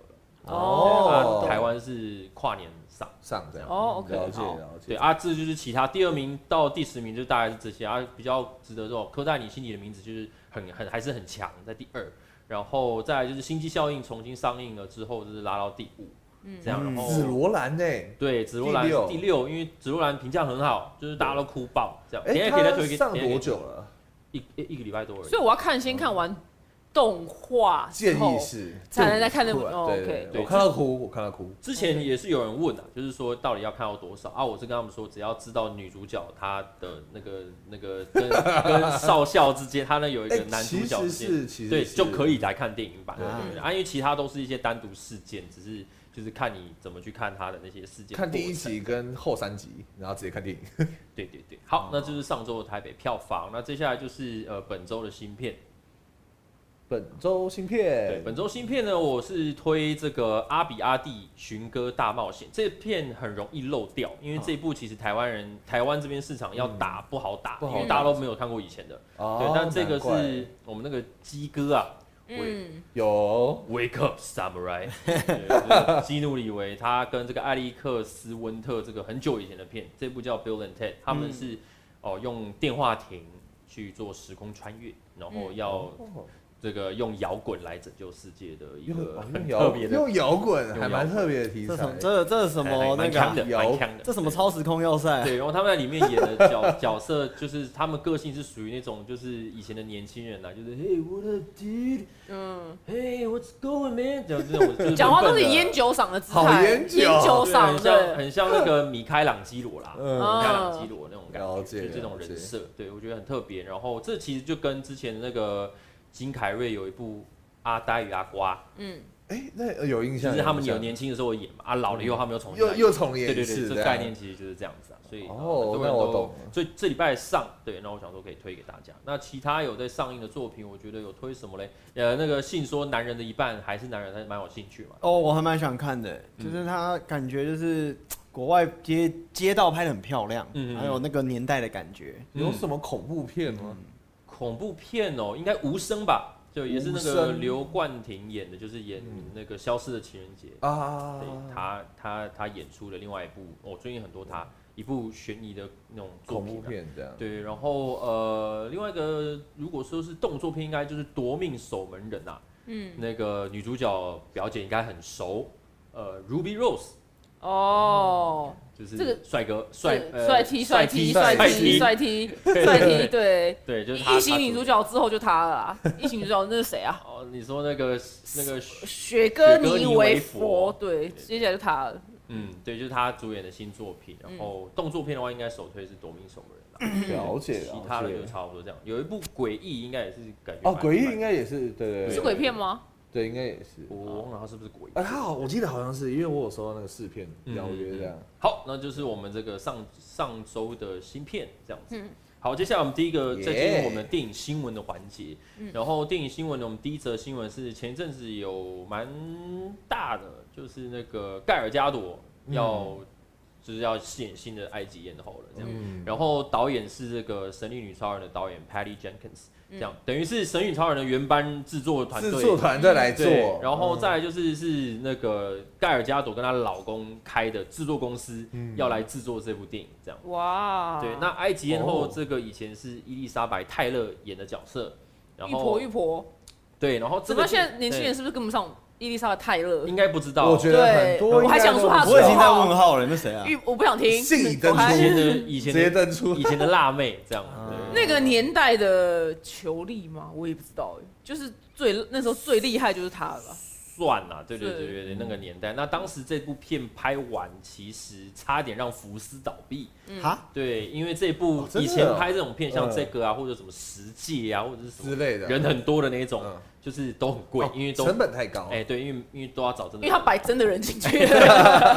[SPEAKER 1] 了，
[SPEAKER 2] 哦
[SPEAKER 1] 对啊台湾是跨年上。
[SPEAKER 3] 上这样
[SPEAKER 2] 哦，OK，
[SPEAKER 3] 了解
[SPEAKER 2] 好
[SPEAKER 3] 了解。
[SPEAKER 1] 对啊，这就是其他第二名到第十名就大概是这些啊，比较值得这种刻在你心底的名字就是很很还是很强，在第二，然后再来就是《星际效应》重新上映了之后，就是拉到第五，
[SPEAKER 2] 嗯
[SPEAKER 1] 这样，然后
[SPEAKER 3] 嗯紫罗兰欸呢？
[SPEAKER 1] 对紫罗兰
[SPEAKER 3] 第六
[SPEAKER 1] 第六，因为紫罗兰评价很好，就是大家都哭爆这样。等一
[SPEAKER 3] 哎，
[SPEAKER 1] 下给他推
[SPEAKER 3] 它
[SPEAKER 1] 给
[SPEAKER 3] 上
[SPEAKER 1] 等一下给
[SPEAKER 3] 多久了？
[SPEAKER 1] 一一一个礼拜多而已
[SPEAKER 2] 所。以我要看先看完动画之
[SPEAKER 3] 建
[SPEAKER 2] 后
[SPEAKER 3] 议是，
[SPEAKER 2] 才能再看那部。
[SPEAKER 3] 对
[SPEAKER 2] 哦
[SPEAKER 3] 对
[SPEAKER 2] OK，
[SPEAKER 1] 对
[SPEAKER 3] 对，我看到哭，我看到哭。
[SPEAKER 1] 之前也是有人问啊，就是说到底要看到多少啊？我是跟他们说，只要知道女主角她的那个那
[SPEAKER 3] [LAUGHS]
[SPEAKER 1] 个跟跟少校之间，她呢有一个
[SPEAKER 3] 哎
[SPEAKER 1] 男主
[SPEAKER 3] 其
[SPEAKER 1] 角
[SPEAKER 3] 实
[SPEAKER 1] 之间，
[SPEAKER 3] 是其实
[SPEAKER 1] 对，
[SPEAKER 3] 是
[SPEAKER 1] 就可以来看电影版。
[SPEAKER 3] 对
[SPEAKER 1] 对啊，因为其他都是一些单独事件，只是就是看你怎么去看他的那些事件。
[SPEAKER 3] 看第一，集跟后三集，然后直接看电影。
[SPEAKER 1] 对对对。
[SPEAKER 3] 哦
[SPEAKER 1] 好，那就是上周的台北票房，那接下来就是呃本周的新片。
[SPEAKER 3] 本周芯
[SPEAKER 1] 对，
[SPEAKER 3] 片，
[SPEAKER 1] 本周新片呢，我是推这个《阿比阿弟寻歌大冒险》这片很容易漏掉，因为这部其实台湾人、台湾这边市场要打不好打，
[SPEAKER 3] 嗯不好
[SPEAKER 1] 因为大家都没有看过以前的。对
[SPEAKER 3] 哦，，
[SPEAKER 1] 但这个
[SPEAKER 3] 难怪
[SPEAKER 1] 是我们那个鸡哥啊，
[SPEAKER 2] 嗯，
[SPEAKER 3] 有
[SPEAKER 1] Wake up,
[SPEAKER 3] [LAUGHS]
[SPEAKER 1] Samurai！对就是基努里维他跟这个艾利克斯温特这个很久以前的片，这部叫《Bill and Ted》，他们是、
[SPEAKER 3] 嗯
[SPEAKER 1] 哦用电话亭去做时空穿越，然后要
[SPEAKER 3] 哦
[SPEAKER 1] 这个用摇滚来拯救世界的一
[SPEAKER 3] 又
[SPEAKER 1] 个
[SPEAKER 3] 哦
[SPEAKER 1] 很
[SPEAKER 3] 又
[SPEAKER 1] 特别的，
[SPEAKER 3] 又摇滚，还蛮
[SPEAKER 1] 又摇滚
[SPEAKER 3] 特别的题
[SPEAKER 4] 这什
[SPEAKER 3] 材
[SPEAKER 4] 么？。这这是什么那
[SPEAKER 1] 哎蛮
[SPEAKER 4] 个
[SPEAKER 1] 强
[SPEAKER 4] 啊？
[SPEAKER 1] 的，
[SPEAKER 3] 摇
[SPEAKER 1] 蛮强的，
[SPEAKER 4] 这什么超时空要塞？啊 [LAUGHS]
[SPEAKER 1] 对，然后他们在里面演的角角色，就是他们个性是属于那种，就是以前的年轻人啊，就是 Hey what a dude，
[SPEAKER 2] 嗯，
[SPEAKER 1] Hey what's going man，这种这种
[SPEAKER 4] [LAUGHS]
[SPEAKER 1] 就是
[SPEAKER 2] 讲话都是
[SPEAKER 1] 笨笨的
[SPEAKER 2] 烟酒嗓的姿
[SPEAKER 3] 好
[SPEAKER 2] 态，烟
[SPEAKER 3] 烟酒
[SPEAKER 2] 酒
[SPEAKER 1] 对
[SPEAKER 2] 嗓
[SPEAKER 1] 很像
[SPEAKER 2] 对，
[SPEAKER 1] 很像那
[SPEAKER 4] [LAUGHS]
[SPEAKER 1] 个米开朗基罗啦，
[SPEAKER 3] 嗯
[SPEAKER 1] 米开朗基罗那种感觉，
[SPEAKER 3] 了解
[SPEAKER 1] 就是这种人
[SPEAKER 3] 了解
[SPEAKER 1] 设，对我觉得很特别。然后这其实就跟之前那个金凯瑞有一部《阿呆与阿瓜
[SPEAKER 2] 嗯，
[SPEAKER 3] 哎，那呃有印》，象，
[SPEAKER 1] 就是他们
[SPEAKER 3] 印象
[SPEAKER 1] 有年轻的时候演嘛，啊老了以后他们又重新来
[SPEAKER 3] 又
[SPEAKER 1] 演
[SPEAKER 3] 又重演
[SPEAKER 1] 对对
[SPEAKER 3] 一次
[SPEAKER 1] 对，这
[SPEAKER 3] 样
[SPEAKER 1] 概念其实就是这样子啊，所以呃
[SPEAKER 3] 哦
[SPEAKER 1] 很多
[SPEAKER 3] 那
[SPEAKER 1] 人
[SPEAKER 3] 我
[SPEAKER 1] 都
[SPEAKER 3] 懂了
[SPEAKER 1] 所以这礼拜上对，那我想说可以推给大家。那其他有在上映的作品，我觉得有推什么嘞？呃，那个信说男人的一半还是男人，还是蛮有兴趣嘛。
[SPEAKER 4] 哦，我还蛮想看的，
[SPEAKER 1] 嗯
[SPEAKER 4] 就是它感觉就是国外街街道拍的很漂亮，
[SPEAKER 1] 嗯嗯嗯
[SPEAKER 4] 还有那个年代的感觉。
[SPEAKER 3] 有什么恐怖片吗？
[SPEAKER 1] 恐怖片哦，应该无声吧？就也是那
[SPEAKER 3] 无
[SPEAKER 1] 个
[SPEAKER 3] 声
[SPEAKER 1] 刘冠廷演的，就是演那个《消失的情人节》
[SPEAKER 3] 啊
[SPEAKER 1] 对，他他他演出了另外一部，我、最近很多他一部悬疑的那种作
[SPEAKER 3] 恐
[SPEAKER 1] 品
[SPEAKER 3] 怖
[SPEAKER 1] 啊、
[SPEAKER 3] 片这样。
[SPEAKER 1] 对，然后呃，另外一个如果说是动作片，应该就是《夺命守门人》啊，嗯，那个女主角表姐应该很熟，呃，Ruby Rose，
[SPEAKER 2] 哦，
[SPEAKER 1] 就是
[SPEAKER 2] 这个
[SPEAKER 1] 帅哥帅
[SPEAKER 2] 是
[SPEAKER 1] 呃
[SPEAKER 2] 帅 T 帅 T 帅 T 帅 T 帅 T，对，
[SPEAKER 1] 对，就是他
[SPEAKER 2] 异形女主。
[SPEAKER 1] 他
[SPEAKER 2] 角之后就她了 [LAUGHS] 啦，异形女主角那是谁啊？
[SPEAKER 1] 哦，你说那个那个，
[SPEAKER 2] 雪歌
[SPEAKER 1] 雪歌
[SPEAKER 2] 妮
[SPEAKER 1] 妮
[SPEAKER 2] 维
[SPEAKER 1] 维
[SPEAKER 2] 佛，
[SPEAKER 1] 佛
[SPEAKER 2] 对，接下来就她了。
[SPEAKER 1] 嗯，对，就是他主演的新作品。然
[SPEAKER 2] 嗯
[SPEAKER 1] 后动作片的话，应该首推是《夺命守门人》啦。
[SPEAKER 3] 了解
[SPEAKER 1] 其他的
[SPEAKER 3] 了
[SPEAKER 1] 就
[SPEAKER 3] 解
[SPEAKER 1] 差不多这样。有一部《诡异》，应该也是感觉
[SPEAKER 3] 哦，
[SPEAKER 1] 蛮
[SPEAKER 3] 诡异应该也是对对对，
[SPEAKER 2] 是鬼片吗？
[SPEAKER 3] 对，应该也是。
[SPEAKER 1] 我忘了它是不是诡异。
[SPEAKER 3] 哎，他好，我记得好像是因为我有收到那个试片
[SPEAKER 1] 嗯
[SPEAKER 3] 邀约这样。
[SPEAKER 1] 好，那就是我们这个上上周的新片这样子。
[SPEAKER 2] 嗯
[SPEAKER 1] 好，接下来我们第一个
[SPEAKER 3] Yeah
[SPEAKER 1] 再进入我们电影新闻的环节。然后电影新闻呢，我们第一则新闻是前一阵子有蛮大的，就是那个盖尔加朵要、就是要饰演新的埃及艳后了这样。
[SPEAKER 3] 嗯，
[SPEAKER 1] 然后导演是这个《神力女超人》的导演 Patty Jenkins，这样、等于是《神力女超人》的原班制作团队
[SPEAKER 3] 制作团队来做
[SPEAKER 1] 对，，然后再来就是是那个盖尔加朵跟她老公开的制作公司
[SPEAKER 3] 嗯
[SPEAKER 1] 要来制作这部电影，这样。
[SPEAKER 2] 哇，
[SPEAKER 1] 对，那埃及艳后
[SPEAKER 3] 哦
[SPEAKER 1] 这个以前是伊丽莎白泰勒演的角色，然
[SPEAKER 2] 玉
[SPEAKER 1] 后
[SPEAKER 2] 婆玉婆，
[SPEAKER 1] 对，然后这
[SPEAKER 2] 怎
[SPEAKER 1] 个
[SPEAKER 2] 么现在年轻人是不是跟不上伊丽莎白泰勒
[SPEAKER 1] 对？应该不知道，
[SPEAKER 3] 我觉得很多
[SPEAKER 2] 对
[SPEAKER 3] 应该
[SPEAKER 2] 我还想说他
[SPEAKER 3] 都不
[SPEAKER 4] 我
[SPEAKER 3] 知
[SPEAKER 4] 已
[SPEAKER 3] 道
[SPEAKER 4] 经在问号了，那谁啊？
[SPEAKER 2] 玉我不想听，
[SPEAKER 3] 信以登
[SPEAKER 2] 我还
[SPEAKER 1] 以前
[SPEAKER 3] 出
[SPEAKER 1] 的以前
[SPEAKER 3] 直接啊
[SPEAKER 1] 的
[SPEAKER 3] 登出
[SPEAKER 1] 以前的辣妹这样，对
[SPEAKER 2] 那个年代的球力吗？我也不知道哎，就是最那时候最厉害就是她了吧？
[SPEAKER 1] 算啦，对对
[SPEAKER 2] 是
[SPEAKER 1] 对对对，那个年代。那当时这部片拍完，其实差点让福斯倒闭。
[SPEAKER 4] 哈，
[SPEAKER 1] 对，因为这部
[SPEAKER 3] 哦真
[SPEAKER 1] 以
[SPEAKER 3] 的
[SPEAKER 1] 前
[SPEAKER 3] 哦
[SPEAKER 1] 拍这种片，像
[SPEAKER 3] 嗯
[SPEAKER 1] 这个啊，或者什么十戒啊，或者是什么
[SPEAKER 3] 之类的，
[SPEAKER 1] 人很多的那一种
[SPEAKER 3] 嗯，
[SPEAKER 1] 就是都很贵
[SPEAKER 3] 哦，
[SPEAKER 1] 因为都
[SPEAKER 3] 成本太高。
[SPEAKER 1] 哎对，因为因为都要找真
[SPEAKER 2] 因
[SPEAKER 1] 的，
[SPEAKER 2] 为她摆真的人进去
[SPEAKER 1] [LAUGHS]
[SPEAKER 2] 了，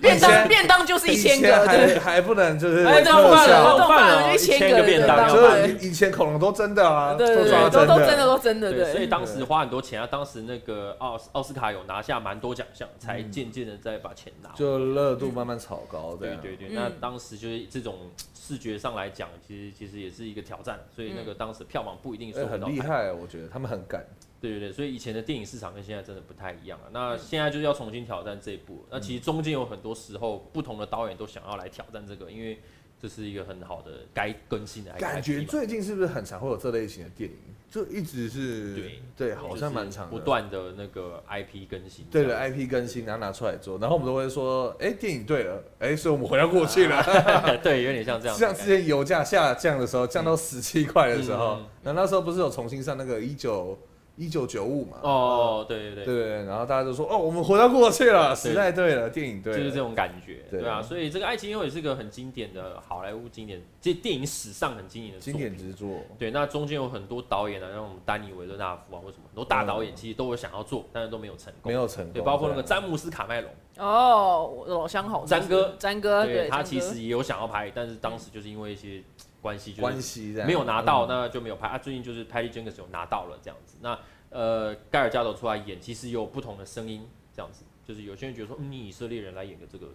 [SPEAKER 2] 便当便当就是一千个，对啊
[SPEAKER 3] 还。还不能就是
[SPEAKER 1] 哎这样
[SPEAKER 3] 特
[SPEAKER 1] 办了
[SPEAKER 3] 效，
[SPEAKER 1] 饭
[SPEAKER 2] 动漫
[SPEAKER 1] 了
[SPEAKER 2] 就一千
[SPEAKER 1] 1000
[SPEAKER 2] 个
[SPEAKER 1] 个便
[SPEAKER 2] 对
[SPEAKER 1] 当
[SPEAKER 2] 对
[SPEAKER 1] 要
[SPEAKER 2] 对
[SPEAKER 1] 办
[SPEAKER 3] 就是以以前恐龙都真的啊，
[SPEAKER 2] 对对
[SPEAKER 3] 抓
[SPEAKER 2] 对，都都
[SPEAKER 3] 真
[SPEAKER 2] 真的
[SPEAKER 3] 的，
[SPEAKER 2] 都真的，
[SPEAKER 1] 对，所以
[SPEAKER 2] 对，
[SPEAKER 1] 当时花很多钱啊，当时那个奥斯奥斯卡有拿下蛮多奖项，才
[SPEAKER 2] 嗯
[SPEAKER 1] 渐渐的再把钱拿回来。
[SPEAKER 3] 就热度慢慢炒高这
[SPEAKER 1] 对
[SPEAKER 3] 样。
[SPEAKER 1] 对对，
[SPEAKER 2] 嗯
[SPEAKER 1] 那当时就是这种视觉上来讲，其实其实也是一个挑战，所以
[SPEAKER 2] 嗯
[SPEAKER 1] 那个当时票房不一定
[SPEAKER 3] 哎
[SPEAKER 1] 收得
[SPEAKER 3] 很
[SPEAKER 1] 到
[SPEAKER 3] 厉
[SPEAKER 1] 台
[SPEAKER 3] 害，我觉得他们很敢。
[SPEAKER 1] 对对对，所以以前的电影市场跟现在真的不太一样了。那
[SPEAKER 2] 嗯
[SPEAKER 1] 现在就是要重新挑战这一步。
[SPEAKER 3] 嗯
[SPEAKER 1] 那其实中间有很多时候，不同的导演都想要来挑战这个，因为这是一个很好的该更新的 IP 嘛。
[SPEAKER 3] 感觉最近是不是很常会有这类型的电影？就一直是
[SPEAKER 1] 对
[SPEAKER 3] 对，好像蛮常
[SPEAKER 1] 就是
[SPEAKER 3] 的
[SPEAKER 1] 不。断的那个 IP 更新。
[SPEAKER 3] 对
[SPEAKER 1] 这
[SPEAKER 3] 的
[SPEAKER 1] 样
[SPEAKER 3] IP 更新，然后拿出来做，然后我们都会说，哎，电影对了，哎，所以我们回到过去了。
[SPEAKER 1] [LAUGHS] 对，有点像这样的
[SPEAKER 3] 像
[SPEAKER 1] 感觉。
[SPEAKER 3] 之前油价下降的时候，降到十七块的时候
[SPEAKER 1] 嗯，
[SPEAKER 3] 那那时候不是有重新上那个一九一九九五嘛？
[SPEAKER 1] 哦，对对
[SPEAKER 3] 对
[SPEAKER 1] 对，
[SPEAKER 3] 对对，然后大家就说，哦，我们回到过去
[SPEAKER 1] 对
[SPEAKER 3] 了，时代对了，电影对了，
[SPEAKER 1] 就是这种感觉，
[SPEAKER 3] 对
[SPEAKER 1] 对啊。所以这个《爱情因为也是个很经典的好莱坞经典，这电影史上很经典的作
[SPEAKER 3] 经
[SPEAKER 1] 品
[SPEAKER 3] 典之作。
[SPEAKER 1] 对，那中间有很多导演啊，像我们丹尼维勒纳夫啊，或什么很多大导演，其实都有想要做，但是都没有成功。
[SPEAKER 3] 没有成功，
[SPEAKER 1] 对，包括那个
[SPEAKER 3] 对啊
[SPEAKER 1] 詹姆斯卡麦隆，
[SPEAKER 2] 哦，我的老乡好，
[SPEAKER 1] 詹哥
[SPEAKER 2] 詹哥，啊对，
[SPEAKER 1] 他
[SPEAKER 2] 詹
[SPEAKER 1] 其
[SPEAKER 2] 哥
[SPEAKER 1] 实也有想要拍，但是当时就是因为一些关系，就
[SPEAKER 3] 关
[SPEAKER 1] 是
[SPEAKER 3] 系这样嗯
[SPEAKER 1] 没有拿到，那就没有拍。啊，最近就是拍 a t t y Jenkins 有拿到了这样子。那呃，盖尔加朵出来演，其实有不同的声音，这样子，就是有些人觉得说，嗯，你以色列人来演个这个，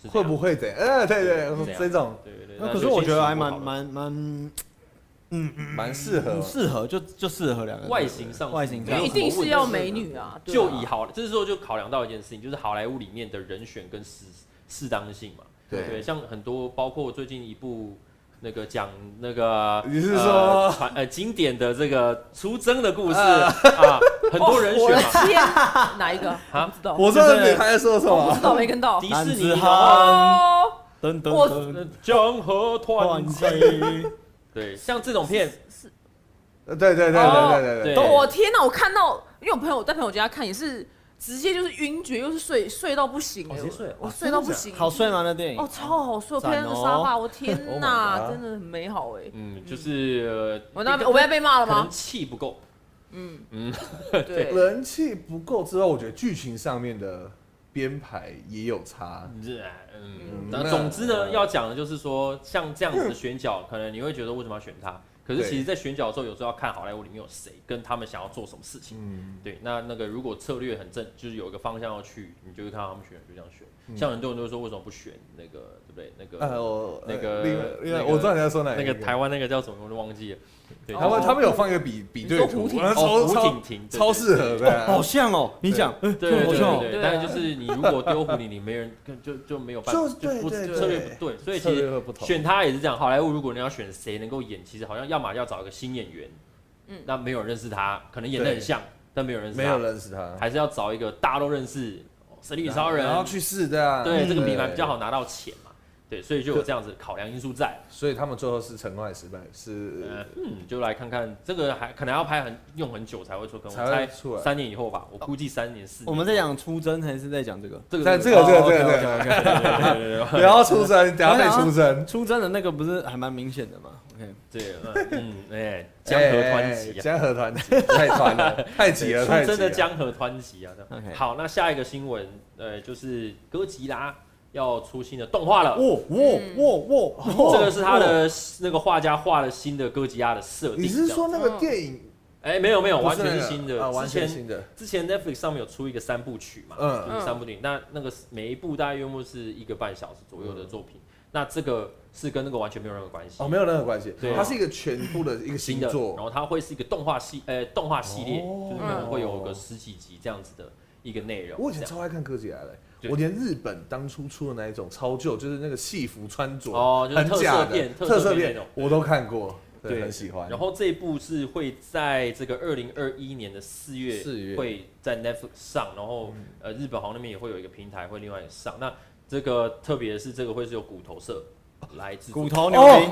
[SPEAKER 1] 是怎
[SPEAKER 3] 会
[SPEAKER 1] 样
[SPEAKER 3] 不会怎样？呃，对
[SPEAKER 1] 是
[SPEAKER 3] 对，
[SPEAKER 1] 怎样
[SPEAKER 3] 这种
[SPEAKER 1] 对对对。
[SPEAKER 4] 那
[SPEAKER 1] 那
[SPEAKER 4] 可是
[SPEAKER 1] 有些
[SPEAKER 4] 我觉
[SPEAKER 1] 其
[SPEAKER 4] 得
[SPEAKER 1] 实
[SPEAKER 4] 还
[SPEAKER 1] 不
[SPEAKER 4] 蛮
[SPEAKER 1] 好的
[SPEAKER 4] 蛮蛮
[SPEAKER 1] 嗯
[SPEAKER 3] 蛮适合
[SPEAKER 4] 很。适合，就就适合两个人
[SPEAKER 1] 外形上
[SPEAKER 4] 外形
[SPEAKER 1] 没
[SPEAKER 4] 上
[SPEAKER 1] 有
[SPEAKER 2] 一
[SPEAKER 1] 什么
[SPEAKER 2] 定
[SPEAKER 1] 问
[SPEAKER 2] 是
[SPEAKER 1] 题
[SPEAKER 2] 要美女啊，对啊
[SPEAKER 1] 就以好，这时候就考量到一件事情，就是好莱坞里面的人选跟适适当性嘛。
[SPEAKER 3] 对
[SPEAKER 1] 像很多包括最近一部那个讲那个，
[SPEAKER 3] 你是
[SPEAKER 1] 呃
[SPEAKER 3] 说
[SPEAKER 1] 传呃经典的这个出征的故事啊，很多人选
[SPEAKER 2] 哦我的
[SPEAKER 1] 嘛。
[SPEAKER 2] 天，哪一个
[SPEAKER 1] [LAUGHS] 啊
[SPEAKER 2] 不知道，
[SPEAKER 3] 我知道你还在说什
[SPEAKER 2] 不
[SPEAKER 1] 哦
[SPEAKER 2] 知
[SPEAKER 3] 么，
[SPEAKER 2] 道没跟到
[SPEAKER 1] 迪士尼的
[SPEAKER 4] 男子
[SPEAKER 1] 话，
[SPEAKER 4] 汉
[SPEAKER 2] 哦，
[SPEAKER 4] 噔
[SPEAKER 2] 我
[SPEAKER 4] 噔
[SPEAKER 1] 呃
[SPEAKER 4] 噔，
[SPEAKER 1] 江河团
[SPEAKER 4] 换谁？
[SPEAKER 1] 对，像这种片，
[SPEAKER 3] 对呃对对
[SPEAKER 1] 哦
[SPEAKER 3] 对对对
[SPEAKER 1] 对
[SPEAKER 2] 我天哪，我看到，因为我朋友我在朋友家看也是直接就是晕厥，又是睡睡到不行
[SPEAKER 1] 哦
[SPEAKER 2] 哎，
[SPEAKER 1] 直接睡
[SPEAKER 2] 我
[SPEAKER 1] 哦
[SPEAKER 2] 睡到不行，
[SPEAKER 4] 好睡吗？那电
[SPEAKER 2] 哦，
[SPEAKER 4] 影？
[SPEAKER 2] 超好睡，我
[SPEAKER 4] 赞
[SPEAKER 2] 配
[SPEAKER 4] 哦
[SPEAKER 2] 在那个沙发，我天哪
[SPEAKER 3] Oh my，god
[SPEAKER 2] 真的很美好哎，
[SPEAKER 1] 嗯，就是呃
[SPEAKER 2] 我那我被被骂了
[SPEAKER 1] 可能
[SPEAKER 2] 吗？
[SPEAKER 1] 气不够，
[SPEAKER 2] 对，
[SPEAKER 3] 人气不够之后，我觉得剧情上面的编排也有差。
[SPEAKER 1] 嗯
[SPEAKER 3] 嗯，
[SPEAKER 1] 那
[SPEAKER 3] 那
[SPEAKER 1] 总之呢，要讲的就是说，像这样子的选角， [CLEARS THROAT] 可能你会觉得为什么要选他？可是
[SPEAKER 3] 对
[SPEAKER 1] 其实，在选角的时候，有时候要看好莱坞里面有谁，跟他们想要做什么事情。
[SPEAKER 3] 嗯，
[SPEAKER 1] 对，那那个如果策略很正，就是有一个方向要去，你就会看到他们选人就这样选。像很多人都说为什么不选那个，对不对？那
[SPEAKER 3] 嗯呃，
[SPEAKER 1] 个
[SPEAKER 3] 我
[SPEAKER 1] 那个
[SPEAKER 3] 另外另
[SPEAKER 1] 那
[SPEAKER 3] 外，
[SPEAKER 1] 个
[SPEAKER 3] 我知道你在说哪一
[SPEAKER 1] 那个台湾那个叫什么，我都忘记了。对，
[SPEAKER 3] 他们
[SPEAKER 1] 就是
[SPEAKER 3] 他们有放一个比比对图，
[SPEAKER 2] 你说胡
[SPEAKER 3] 然
[SPEAKER 1] 哦
[SPEAKER 3] 后
[SPEAKER 1] 胡
[SPEAKER 3] 超
[SPEAKER 1] 景
[SPEAKER 3] 超
[SPEAKER 1] 婷对
[SPEAKER 3] 超
[SPEAKER 1] 对对
[SPEAKER 3] 适合
[SPEAKER 1] 对
[SPEAKER 3] 对啊
[SPEAKER 4] 好像哦，你讲，哎，
[SPEAKER 1] 对
[SPEAKER 4] 这么
[SPEAKER 1] 对
[SPEAKER 4] 好像
[SPEAKER 1] 对
[SPEAKER 4] 哦，
[SPEAKER 1] 对，
[SPEAKER 2] 对啊
[SPEAKER 1] 但是就是你如果丢狐狸，你没人 [LAUGHS] 跟就就没有办法，
[SPEAKER 3] 就对
[SPEAKER 1] 不
[SPEAKER 3] 对
[SPEAKER 1] 策略
[SPEAKER 3] 对
[SPEAKER 1] 不对，所以
[SPEAKER 3] 策
[SPEAKER 1] 其
[SPEAKER 3] 略
[SPEAKER 1] 实
[SPEAKER 3] 会不同。
[SPEAKER 1] 选他也是这样。好莱坞如果你要选谁能够演，其实好像要么要找一个新演员，
[SPEAKER 2] 嗯
[SPEAKER 1] 那没有人认识他，可能演得很像，但没有人认识
[SPEAKER 3] 没
[SPEAKER 1] 他，
[SPEAKER 3] 有认识他，
[SPEAKER 1] 还是要找一个大家都认识，神力超人
[SPEAKER 3] 然，后去试的啊，
[SPEAKER 1] 对这个品牌比较好拿到钱嘛，对，所以就有这样子的考量因素在。
[SPEAKER 3] 所以他们最后是成功还是失败？是
[SPEAKER 1] 呃，嗯，就来看看这个还可能要拍很用很久才会出，可能
[SPEAKER 3] 才
[SPEAKER 1] 我
[SPEAKER 3] 会
[SPEAKER 1] 猜
[SPEAKER 3] 出来
[SPEAKER 1] 三年以后吧，我估计三年四年。
[SPEAKER 4] 我们在讲出征还是在讲这个？
[SPEAKER 1] 这个
[SPEAKER 3] 但这个这
[SPEAKER 1] 哦
[SPEAKER 3] 个这个这
[SPEAKER 1] [LAUGHS] 个
[SPEAKER 3] 个，不要出声，等下被出声。
[SPEAKER 4] 出征的那个不是还蛮明显的嘛？OK，
[SPEAKER 1] 对，嗯嗯，哎，
[SPEAKER 3] [LAUGHS]
[SPEAKER 1] 江河湍急
[SPEAKER 3] 哎
[SPEAKER 1] 啊，
[SPEAKER 3] 江河湍急，太
[SPEAKER 1] [LAUGHS]
[SPEAKER 3] 团了，太急啊哎了，
[SPEAKER 1] 出
[SPEAKER 3] 太急了。
[SPEAKER 1] 真的江河湍急啊。这样
[SPEAKER 4] OK
[SPEAKER 1] 好，那下一个新闻，呃，就是哥吉拉要出新的动画了。
[SPEAKER 4] 哇哇哇
[SPEAKER 1] 这个是他的那个画家画了新的哥吉拉的设定。
[SPEAKER 3] 你是说那个电影
[SPEAKER 1] 这样？哎，没有没有，
[SPEAKER 3] 不
[SPEAKER 1] 完
[SPEAKER 3] 那个
[SPEAKER 1] 全是新的。
[SPEAKER 3] 啊完
[SPEAKER 1] 之
[SPEAKER 3] 全
[SPEAKER 1] 前
[SPEAKER 3] 新的。
[SPEAKER 1] 之前 Netflix 上面有出一个三部曲嘛，
[SPEAKER 3] 嗯
[SPEAKER 1] 就是三部电影，那那个每一部大概约莫是一个半小时左右
[SPEAKER 3] 嗯
[SPEAKER 1] 的作品，那这个是跟那个完全没有任何关系。
[SPEAKER 3] 哦，没有任何关系
[SPEAKER 1] 对，
[SPEAKER 3] 它是一个全部的一个
[SPEAKER 1] 新
[SPEAKER 3] 新
[SPEAKER 1] 的，然
[SPEAKER 3] 作，
[SPEAKER 1] 后它会是一个动画系，呃，动画系列，
[SPEAKER 3] 哦
[SPEAKER 1] 就是可能会有个十几集这样子的一个内容。
[SPEAKER 3] 我以前
[SPEAKER 1] 这样
[SPEAKER 3] 超爱看哥吉拉的
[SPEAKER 1] 对，
[SPEAKER 3] 我连日本当初出的那一种超旧，就是那个戏服穿着
[SPEAKER 1] 哦就是
[SPEAKER 3] 很假
[SPEAKER 1] 特色片
[SPEAKER 3] 的
[SPEAKER 1] 特
[SPEAKER 3] 特
[SPEAKER 1] 色
[SPEAKER 3] 色
[SPEAKER 1] 片那
[SPEAKER 3] 片
[SPEAKER 1] 种，
[SPEAKER 3] 我都看过，
[SPEAKER 1] 对
[SPEAKER 3] 对，很喜欢。
[SPEAKER 1] 然后这一部是会在这个二零二一年的四月
[SPEAKER 3] 四月嗯
[SPEAKER 1] 会在 Netflix 上，然后、呃日本好像那边也会有一个平台会另外上。那这个特别是这个会是由骨头社来制作
[SPEAKER 4] 骨头牛
[SPEAKER 3] 哦
[SPEAKER 4] 筋，